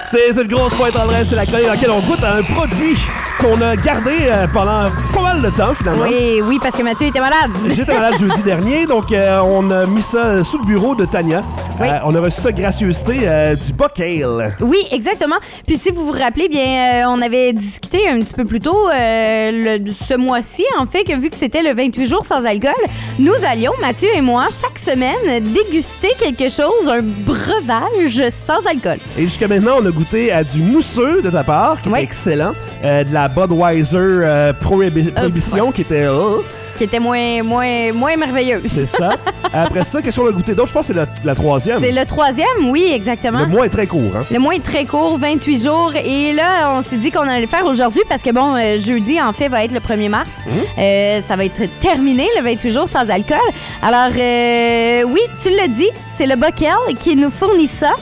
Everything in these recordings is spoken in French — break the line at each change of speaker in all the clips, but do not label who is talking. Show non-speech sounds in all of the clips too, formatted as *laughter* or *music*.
C'est une grosse pointe en l'air, c'est la chronique dans laquelle on goûte à un produit qu'on a gardé euh, pendant pas mal de temps finalement.
Oui, oui, parce que Mathieu était malade.
J'étais malade jeudi dernier, donc euh, on a mis ça sous le bureau de Tania.
Oui.
Euh, on a reçu ça gracieuseté euh, du Buckale.
*laughs* Oui, exactement. Puis si vous vous rappelez, bien, euh, on avait discuté un petit peu plus tôt euh, le- ce mois-ci, en fait, que vu que c'était le 28 jours sans alcool, nous allions, Mathieu et moi, chaque semaine, déguster quelque chose, un breuvage sans alcool.
Et jusqu'à maintenant, on a goûté à du mousseux de ta part, qui
Oui.
était excellent, euh, de la Budweiser euh, Prohibi- Prohibition, qui était... euh,
qui était moins, moins, moins
c'est
merveilleuse. *laughs*
ça. Après ça, qu'est-ce qu'on a goûté d'autre? Je pense que c'est la, la troisième.
C'est le troisième, oui, exactement.
Le mois est très court, hein?
Le mois est très court, 28 jours. Et là, on s'est dit qu'on allait le faire aujourd'hui parce que, bon, euh, jeudi, en fait, va être le 1er mars.
Hein?
Euh, ça va être terminé, le 28 jours sans alcool. Alors, euh, oui, tu l'as dit, c'est le Bockel qui nous fournit ça.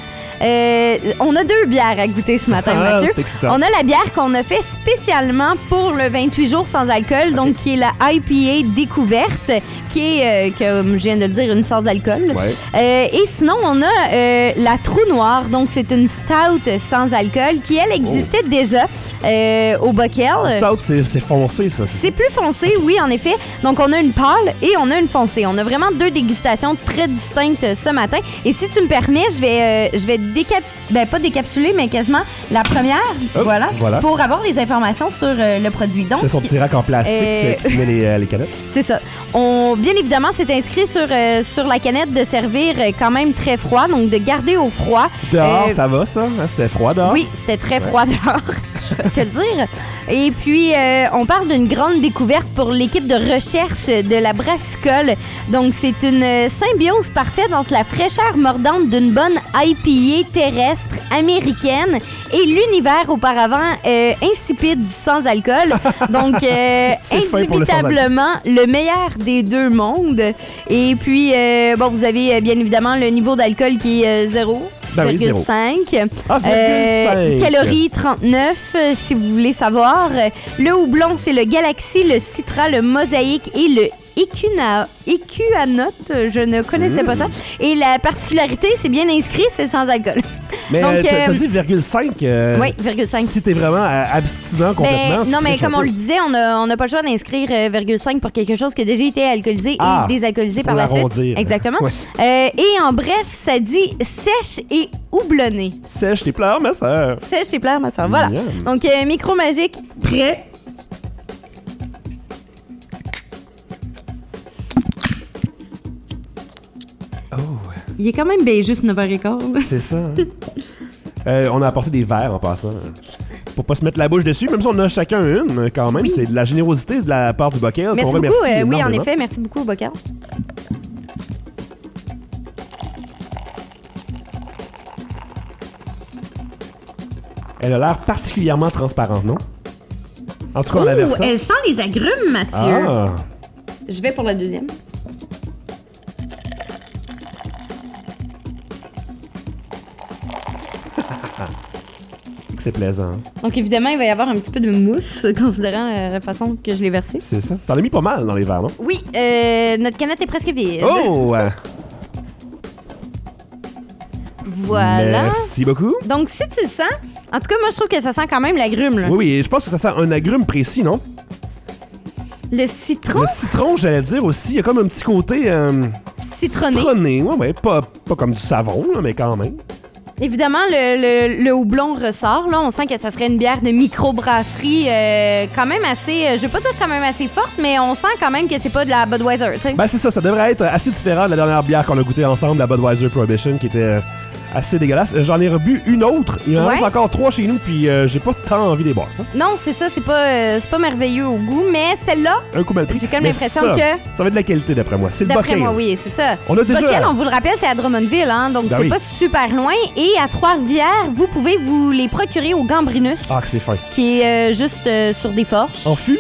Euh, on a deux bières à goûter ce matin,
Ah,
Mathieu.
c'est excitant.
On a la bière qu'on a fait spécialement pour le 28 jours sans alcool, donc qui est la IPA découverte, qui est, euh, comme je viens de le dire, une sans alcool.
Ouais.
Euh, et sinon, on a euh, la Trou Noire. Donc, c'est une stout sans alcool qui, elle, existait déjà euh, au Bockel.
Stout, Oh. c'est c'est foncé, ça.
C'est plus foncé, oui, en effet. Donc, on a une pâle et on a une foncée. On a vraiment deux dégustations très distinctes euh, ce matin. Et si tu me permets, je vais, euh, je vais décap... ben, pas décapsuler, mais quasiment la première,
Hop,
voilà,
voilà.
pour avoir les informations sur euh, le produit. Donc,
C'est son petit rack en plastique
Euh,
qui met les, euh, les canettes.
c'est ça. On, bien évidemment, c'est inscrit sur, euh, sur la canette de servir euh, quand même très froid, donc de garder au froid.
Dehors,
Euh,
ça va, ça? hein? C'était froid dehors?
Oui, c'était très froid dehors, *laughs* je vais te le dire. Et puis, euh, on parle d'une grande découverte pour l'équipe de recherche de la brassicole. Donc, c'est une euh, symbiose parfaite entre la fraîcheur mordante d'une bonne IPA terrestre américaine et l'univers auparavant euh, insipide
*laughs*
du sans-alcool. Donc, euh,
C'est fin pour le sans-alcool.
indubitablement vraiment le meilleur des deux mondes. Et puis, euh, bon, vous avez euh, bien évidemment le niveau d'alcool qui est euh, 0,5.
Ben oui, zéro. Ah, 0,5.
Euh, calories 39, euh, si vous voulez savoir. Euh, Le houblon, c'est le Galaxy, le Citra, le Mosaïque et le Ecuna- Ecuanote. Euh, Je ne connaissais pas ça.
Mmh.
Et la particularité, c'est bien inscrit, c'est sans alcool.
Mais
Donc,
euh, t'as
euh,
t'as dit 0,5. euh,
Oui, 0,5.
Si t'es vraiment euh, abstinent complètement.
Ben,
tu
non,
triches
mais
un
comme on
peu.
le disait, on n'a on n'a pas le choix d'inscrire euh, 0,5 pour quelque chose qui a déjà été alcoolisé
Ah,
et désalcoolisé
faut
par la
l'arrondir.
suite. Exactement.
Ouais.
Euh, et en bref, ça dit sèche et houblonné.
Sèche tes pleurs, ma soeur.
Sèche et pleure, ma soeur. Voilà.
Miam.
Donc, euh, micro magique, prêt. Il est quand même bien juste 9h15.
C'est ça.
*laughs*
hein. Euh, on a apporté des verres en passant. hein, Pour pas se mettre la bouche dessus, même si on en a chacun une, euh, quand même, c'est de la générosité de la part du Bockel. qu'on
Merci beaucoup.
remercie
euh, oui, en
énormément.
effet, merci beaucoup, Bocal.
Elle a l'air particulièrement transparente, non? En tout cas, en la
Ouh,
versant.
elle sent les agrumes, Mathieu.
Ah,
Je vais pour la deuxième.
c'est plaisant. hein.
Donc évidemment, il va y avoir un petit peu de mousse, *laughs* considérant euh, la façon que je l'ai versée.
C'est ça. T'en as mis pas mal dans les verres, non?
Oui, euh, notre canette est presque vide.
Oh! euh,
voilà.
Merci beaucoup.
Donc si tu le sens, en tout cas, moi je trouve que ça sent quand même l'agrume. là.
Oui, oui, et je pense que ça sent un agrume précis, non?
Le citron
Le citron, j'allais dire aussi, il y a comme un petit côté euh,
citronné.
ouais, ouais, pas, pas comme du savon, là, mais quand même.
Évidemment, le, le- le houblon ressort. Là, on sent que ça serait une bière de microbrasserie euh, quand même assez, euh, je vais pas dire quand même assez forte, mais on sent quand même que c'est pas de la Budweiser, tu sais.
Ben c'est ça, ça devrait être assez différent de la dernière bière qu'on a goûtée ensemble, la Budweiser Prohibition, qui était euh, assez dégueulasse. Euh, J'en ai rebu une autre, il en
Ouais.
reste encore trois chez nous, puis euh, j'ai pas tant envie hein. de les boire. t'sais.
Non, c'est ça, c'est pas, euh, c'est pas merveilleux au goût, mais celle-là,
Un coup mal pris.
J'ai comme
Mais
l'impression
ça,
que-
Ça va être de la qualité d'après moi. C'est le
D'après
Buckale.
moi, oui, c'est ça.
On a déjà-
Bockel, on vous le rappelle, c'est à Drummondville, hein, donc
Ben
c'est
oui.
pas super loin. Et à Trois-Rivières, vous pouvez vous les procurer au Gambrinus,
Ah, que c'est fin.
qui est euh, juste euh, sur des forges,
En fût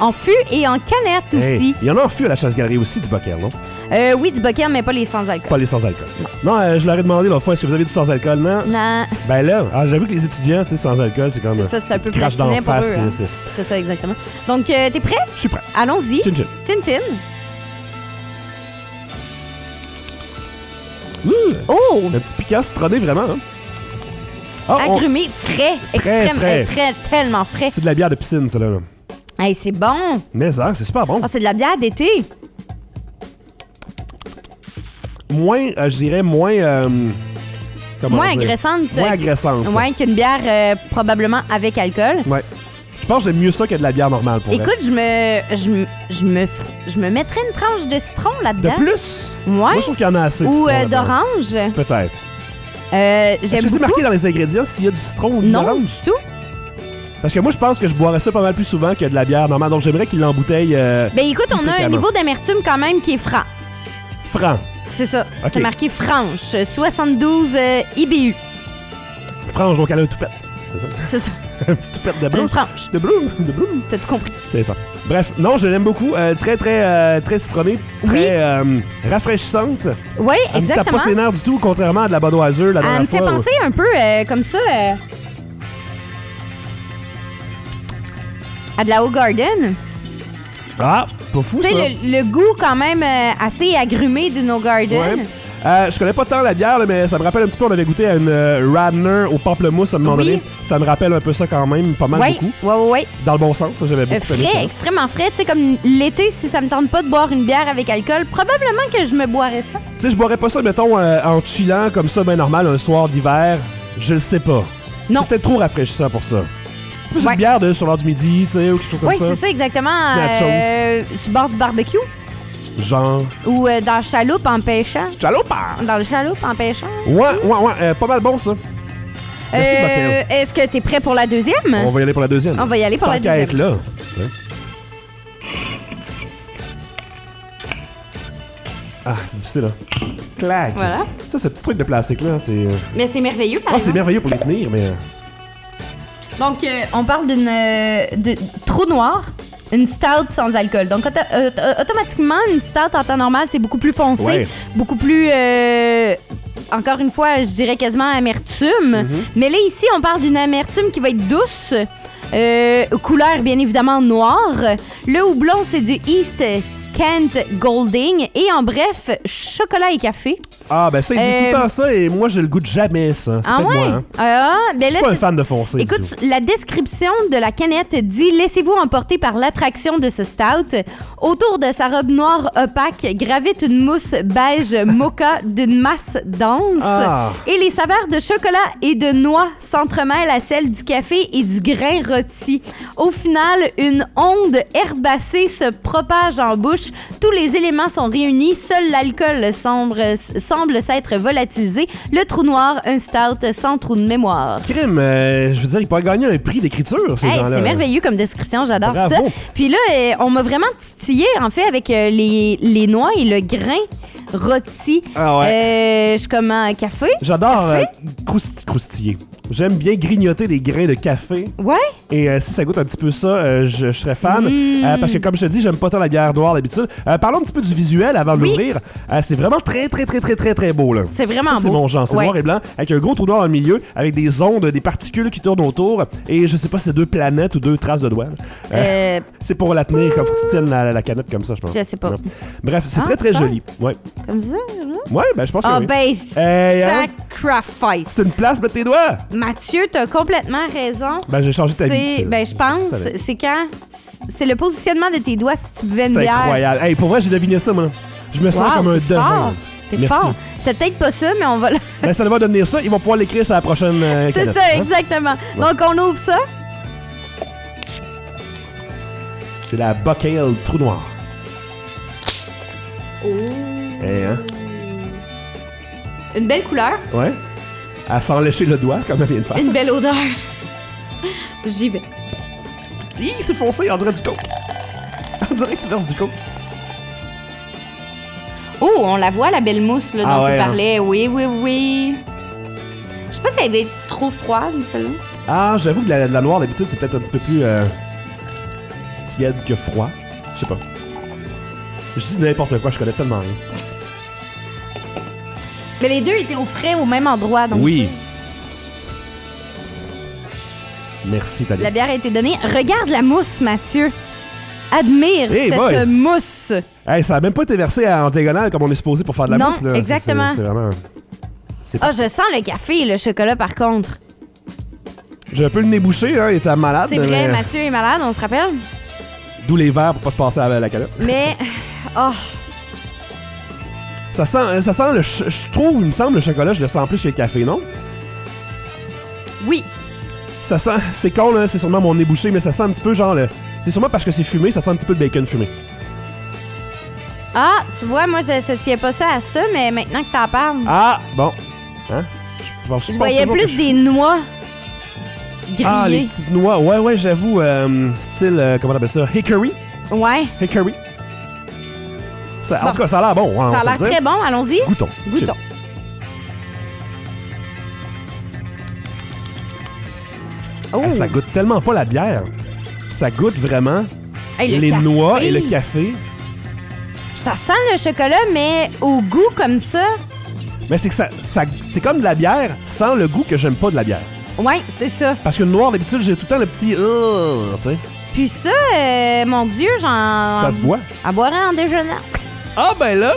en fût et en canette
Hey,
aussi.
Il y en a en fût à la chasse-galerie aussi du Buckale, non
Euh, oui, du Bockel, mais pas les sans-alcool.
Pas les sans-alcool. Non, euh, je leur ai demandé l'autre fois, est-ce que vous avez du sans-alcool, non
Non,
Ben là, ah, j'avoue que les étudiants, tu sais, sans-alcool, c'est comme.
c'est ça, c'est un peu
crache d'en
platiné pour
face,
eux.
puis
hein.
c'est-
C'est ça, exactement. Donc, euh, t'es prêt?
Je suis prêt.
Allons-y.
Chin-chin.
Chin-chin.
Ouh!
Oh! Oh.
Oh, Le petit piquant citronné, vraiment, hein? Ah, on-
Agrumé, frais,
Très
extrême,
frais.
euh, très, tellement frais.
C'est de la bière de piscine, celle-là. là.
Hey, c'est bon.
Mais ça, c'est super bon.
Ah, c'est de la bière d'été.
Moins, euh, je dirais, moins. euh, comment
Moins
dire?
agressante.
Moins agressante.
Ouais, qu'une bière euh, probablement avec alcool.
Ouais. Je pense que j'aime mieux ça que de la bière normale pour vrai.
Écoute, je me, je, me- je me, f- je me mettrais une tranche de citron
De
là-dedans.
plus Moi,
hein? Ouais.
je trouve qu'il y en a assez. de
Ou
citron
euh,
là-dedans.
d'orange.
Peut-être.
Euh,
Est-ce
J'aime
que c'est
beaucoup.
marqué dans les ingrédients s'il y a du citron ou de
Non, du
l'orange
tout.
Parce que moi, je pense que je boirais ça pas mal plus souvent que de la bière normale. Donc j'aimerais qu'il l'embouteille euh,
Ben écoute, on a un
Fréquemment.
niveau d'amertume quand même qui est franc.
franc.
C'est ça.
Ok.
C'est marqué franche. 72 euh, IBU.
Franche, donc elle a un toupette. C'est ça? *laughs*
C'est ça.
un petit toupette de
Une
bloom.
franche.
De bloom, de bloom.
T'as tout compris.
C'est ça. Bref, non, je l'aime beaucoup. Euh, très, très, euh, très citronnée. Très
Oui.
euh, rafraîchissante.
Oui,
Elle ne tape
exactement.
pas ses nerfs du tout, contrairement à de la Budweiser la
Elle
dernière
me fait
fois.
penser un peu euh, comme ça euh, à de la Home Garden.
Ah, pas fou,
Tu
ça.
sais, le, le goût quand même euh, assez agrumé d'une Home Garden.
Ouais. Euh, je connais pas tant la bière, là, mais ça me rappelle un petit peu, on avait goûté à une euh, Radner au pamplemousse à un moment
Oui.
donné. Ça me rappelle un peu ça quand même, pas mal
Ouais,
beaucoup.
ouais, ouais, ouais.
Dans le bon sens, ça, j'avais
Euh,
beaucoup aimé ça.
frais, extrêmement frais. Tu sais, comme l'été, si ça me tente pas de boire une bière avec alcool, probablement que je me boirais ça.
Tu sais, je boirais pas ça, mettons, euh, en chillant comme ça, ben normal, un soir d'hiver. Je le sais pas.
Non.
C'est peut-être trop rafraîchissant pour ça. C'est plus
Ouais.
une bière de sur l'heure du midi, tu sais, ou quelque chose comme
Oui,
ça.
c'est ça, exactement.
Petite
euh, sur le bord du barbecue
Genre.
ou euh, dans la chaloupe en pêchant.
Chaloupa!
Dans le chaloupe en pêchant.
Ouais, ouais, ouais, euh, pas mal bon ça. Merci,
Euh,
Mathéo.
Est-ce que t'es prêt pour la deuxième?
On va y aller pour la deuxième.
On va y aller pour
Tant
la
qu'à
deuxième.
être là. Hein? tu sais. Ah, c'est difficile, hein. Clac.
Voilà.
Ça, ce petit truc de plastique là, c'est. euh,
Mais c'est merveilleux, par
Ah, c'est
exemple.
merveilleux pour les tenir, mais. euh,
Donc, euh, on parle d'une euh, de, trop noire, une stout sans alcool. Donc, auto- euh, euh, automatiquement, une stout en temps normal, c'est beaucoup plus foncé,
Ouais.
beaucoup plus. euh, encore une fois, je dirais quasiment amertume.
Mm-hmm.
Mais là, ici, on parle d'une amertume qui va être douce. euh, couleur bien évidemment noire. Le houblon, c'est du East Kent Golding. Et en bref, chocolat et café.
Ah, ben ça, ils disent
Euh,
tout le temps ça et moi, je le goûte jamais ça. C'est
Ah
peut-être
ouais?
moi, hein.
Ah, ben
Je
là,
suis pas un
c'est-
fan de foncé. du tout.
Écoute, la description de la canette dit Laissez-vous emporter par l'attraction de ce stout. Autour de sa robe noire opaque gravite une mousse beige mocha d'une masse dense.
Ah.
Et les saveurs de chocolat et de noix s'entremêlent à celles du café et du grain rôti. Au final, une onde herbacée se propage en bouche. Tous les éléments sont réunis. Seul l'alcool semble, semble s'être volatilisé. Le trou noir, un stout sans trou de mémoire.
Crime, euh, je veux dire, ils pourraient gagner un prix d'écriture, ces
Hey,
gens-là.
c'est merveilleux comme description, j'adore
Bravo.
ça. Puis là, euh, on m'a vraiment titillé, en fait, avec euh, les, les noix et le grain rôti.
Ah ouais.
Euh, je comme un café.
J'adore euh, crousti- croustiller. J'aime bien grignoter des grains de café.
Ouais.
Et euh, si ça goûte un petit peu ça, euh, je, je serais fan.
Mm.
Euh, parce que comme je te dis, j'aime pas tant la bière noire d'habitude. Euh, parlons un petit peu du visuel avant de
Oui.
l'ouvrir. Euh, c'est vraiment très, très, très, très, très, très beau. là.
C'est vraiment
Ça, c'est
beau.
mon genre, c'est
Ouais.
noir et blanc, avec un gros trou noir au milieu, avec des ondes, des particules qui tournent autour, et je sais pas si c'est deux planètes ou deux traces de doigts. là. Euh,
Euh,
c'est pour la tenir, comme faut que tu tiennes la, la canette comme ça, je pense.
Je sais pas.
Ouais. Bref, c'est
Ah,
très très
ça?
joli. Ouais,
comme ça, comme ça.
ouais ben je pense que
Ah
oui.
ben,
Hey, hein?
sacrifice.
C'est une place, mets tes doigts!
Mathieu, t'as complètement raison.
Ben j'ai changé ta vie.
C'est, ben, je pense,
savais.
c'est quand, c'est le positionnement de tes doigts si tu buvais une
C'est
bière.
incroyable. Hey, pour vrai, j'ai deviné ça, moi. Je me sens
Wow,
comme un
t'es fort.
devin.
T'es
Merci.
fort. C'est peut-être pas ça, mais on va le...
Ben, ça va devenir ça. Ils vont pouvoir l'écrire sur la prochaine. euh,
*laughs* C'est
canette,
ça,
hein.
exactement. Donc, on ouvre ça.
C'est la Buckale Trou Noir.
Oh.
Hey, hein?
Une belle couleur.
Ouais. À s'en lécher le doigt, comme elle vient de faire.
Une belle odeur. J'y vais.
Hi, c'est foncé, on dirait du coke. On dirait que tu verses du coke.
Oh, on la voit, la belle mousse là,
Ah
dont
ouais,
tu
hein.
parlais. Oui, oui, oui. Je sais pas si elle va être trop froide, celle-là.
Ah, j'avoue que la, la noire, d'habitude, c'est peut-être un petit peu plus euh, tiède que froid. Je sais pas. Je dis n'importe quoi, je connais tellement rien.
Mais les deux étaient au frais, au même endroit. Donc
Oui. Merci, Thalia.
La bière a été donnée. Regarde la mousse, Mathieu. Admire
Hey,
cette
boy.
mousse.
Hey, ça a même pas été versé à- en diagonale comme on est supposé pour faire de la
Non,
mousse. Là. Ça,
exactement.
C'est c'est vraiment.
Ah, je sens le café et le chocolat, par contre.
J'ai un peu le nez bouché, hein, il était malade.
C'est vrai,
mais-
Mathieu est malade, on se rappelle.
D'où les verres pour pas se passer à la calotte. *laughs*
Mais, oh,
Ça sent, euh, ça sent le. ch- Je trouve, il me semble, le chocolat, je le sens plus que le café, non?
oui,
Ça sent. C'est con, là, c'est sûrement mon nez bouché, mais ça sent un petit peu genre le. C'est sûrement parce que c'est fumé, ça sent un petit peu le bacon fumé.
Ah, tu vois, moi, je n'associais pas ça à ça, mais maintenant que t'en parles,
Ah, bon. Hein? Je, bon, je
je
pense
voyais
toujours que
plus
je-
des noix
Ah, les
grillées.
petites noix. Ouais, ouais, j'avoue. euh, style, euh, comment t'appelles ça? Hickory?
ouais,
Hickory? Ça, En
Bon.
tout cas, ça a l'air bon. hein,
ça
on
a
se
l'air
le dit.
très bon. Allons-y.
Goûtons.
Goûtons. Oh,
Ah, Ça goûte tellement pas la bière. Ça goûte vraiment
hey, le
les
café.
noix et le café.
Ça sent le chocolat, mais au goût comme ça.
Mais c'est que ça, ça- c'est comme de la bière sans le goût que j'aime pas de la bière.
Ouais, c'est ça.
Parce que noir d'habitude j'ai tout le temps le petit euh, tu sais.
Puis ça, euh, mon Dieu, j'en.
Ça se boit.
À boire
*laughs*
en déjeunant.
Ah ben là,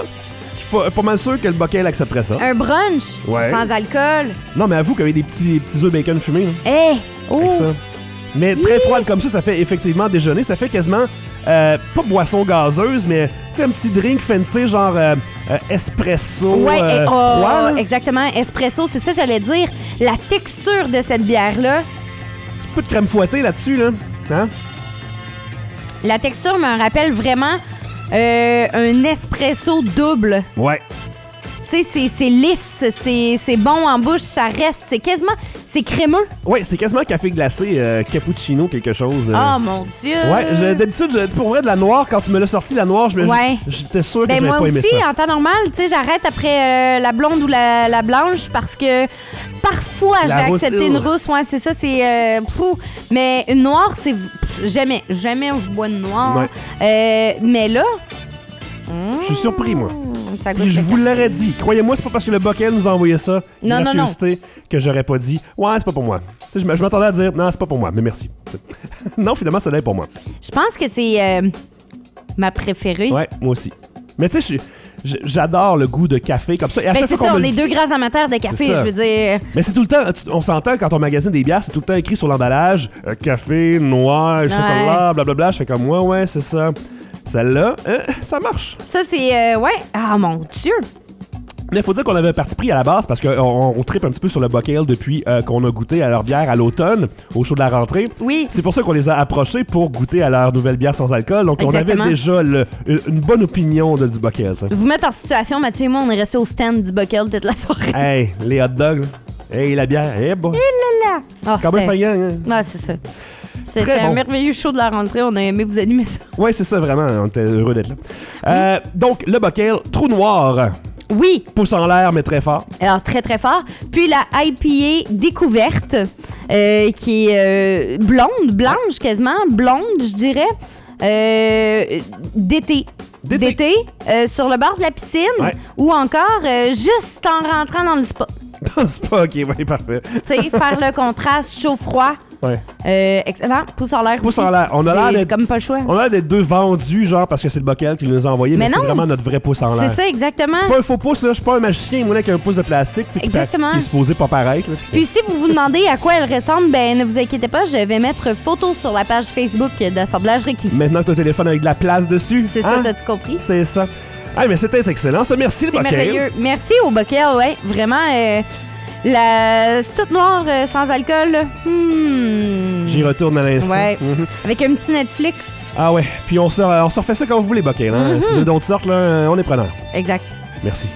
je suis pas, pas mal sûr que le bocal accepterait ça.
Un brunch.
Ouais.
Sans alcool.
Non mais avoue qu'avec des petits petits œufs bacon fumés là,
Eh! Oh!
avec ça. Mais très froide comme ça, ça fait effectivement déjeuner, ça fait quasiment euh, pas boisson gazeuse, mais tu sais un petit drink fancy genre euh, euh, espresso
Ouais,
euh,
et- oh,
froid. là.
exactement. Espresso, c'est ça, j'allais dire. La texture de cette bière-là,
petit peu de crème fouettée là-dessus là. Hein?
la texture me rappelle vraiment euh, un espresso double.
Ouais.
Tu sais, c'est- c'est lisse, c'est c'est bon en bouche, ça reste. C'est quasiment. C'est crémeux.
Ouais, c'est quasiment café glacé, euh, cappuccino, quelque chose. euh.
Oh mon Dieu!
Ouais, je- d'habitude, je- pour vrai, de la noire, quand tu me l'as sorti, la noire, je me-
Ouais.
j'étais sûr que
Ben
j'avais
moi
pas aimé
aussi,
ça.
en temps normal, tu sais, j'arrête après euh, la blonde ou la, la blanche parce que parfois je
La
vais
rousse,
accepter une
ugh.
rousse, ouais, c'est ça, c'est euh, pou. Mais une noire, c'est pff, jamais, jamais je bois de noire.
Ouais.
Euh, mais là, hein.
Je suis surpris, moi.
hmm, ça goûte
Puis je
le
vous l'aurais dit. Croyez-moi, c'est pas parce que le Bockel nous a envoyé ça,
Non, non, non.
gracieuseté, que j'aurais pas dit « Ouais, c'est pas pour moi ». Tu sais, Je m- je m'attendais à dire « Non, c'est pas pour moi, mais merci ». *laughs* non, finalement, ça l'est pour moi.
café. Je pense que c'est euh, ma préférée.
Ouais, moi aussi. Mais tu sais, je- je- j'adore le goût de café comme ça. Et à
Ben,
chaque
c'est
fois
ça,
qu'on
on
me le
est
dit-
deux grands amateurs de café,
ça.
je veux dire.
Mais c'est tout le temps, tu- on s'entend quand on magasine des bières, c'est tout le temps écrit sur l'emballage euh, café, noir, chocolat, blablabla. Je fais comme ouais, ouais, c'est ça. Celle-là, euh, ça marche.
Ça, c'est. euh, ouais. Ah mon Dieu!
Mais faut dire qu'on avait parti pris à la base parce qu'on on, on tripe un petit peu sur le Buckale depuis euh, qu'on a goûté à leur bière à l'automne, au show de la rentrée.
Oui.
C'est pour ça qu'on les a approchés pour goûter à leur nouvelle bière sans alcool. Donc on
Exactement.
avait déjà le- une une bonne opinion de, du Buckale. tu sais.
Vous mettre en situation, Mathieu et moi, on est restés au stand du Buckle toute la soirée.
hey, les hot dogs, là. hey, la bière, hey, bon.
Ah,
Quand même
c'était-
fringant, hein.
Ouais, c'est ça. C'est
Très
c'est un
bon.
merveilleux show de la rentrée. On a aimé vous animer ça.
Ouais, c'est ça, vraiment. On était heureux d'être là. Euh, donc, le bocal, trou noir.
Oui,
Pouce en l'air, mais très fort. *laughs*
alors très très fort. Puis la IPA découverte, euh, qui est euh, blonde, blanche quasiment, blonde, je dirais, euh, d'été.
D'été.
euh, sur le bord de la piscine
Ouais.
ou encore euh, juste en rentrant dans le spa.
Dans ce pas, ok, ouais, parfait.
Tu
*laughs*
sais, faire le contraste chaud-froid.
Ouais.
Euh, excellent. Pouce en l'air.
Pouce
aussi.
en l'air. On a
J'ai-
l'air
j'ai
d'être-
comme pas le choix.
On a l'air d'être deux vendus, genre, parce que c'est le bocal qui nous a envoyé, mais,
Mais
c'est
non.
vraiment notre vrai pouce en
C'est
l'air.
ça, exactement.
C'est pas un faux pouce, là. Je suis pas un magicien, moi, là, qui a un pouce de plastique, tu sais, qui, pa-
Exactement.
qui est supposé pas paraître. là.
Puis si vous vous demandez à quoi elle ressemble, ben ne vous inquiétez pas, je vais mettre photo sur la page Facebook d'Assemblage Requis.
Maintenant que ton téléphone avec de la place dessus.
C'est ça,
hein?
t'as-tu compris?
C'est ça. Ah, mais c'était excellent, ça. Merci, le
C'est
bocal.
merveilleux. Merci au Bockel, ouais. Vraiment, euh, la... c'est toute noire, euh, sans alcool. là. Hmm.
J'y retourne à l'instant.
Ouais.
Mhm.
Avec un petit Netflix.
Ah ouais, puis on se, on se
Mhm.
refait ça quand vous voulez, bocal. Hein? Si vous voulez d'autres sortes, là, on est preneurs.
Exact.
Merci.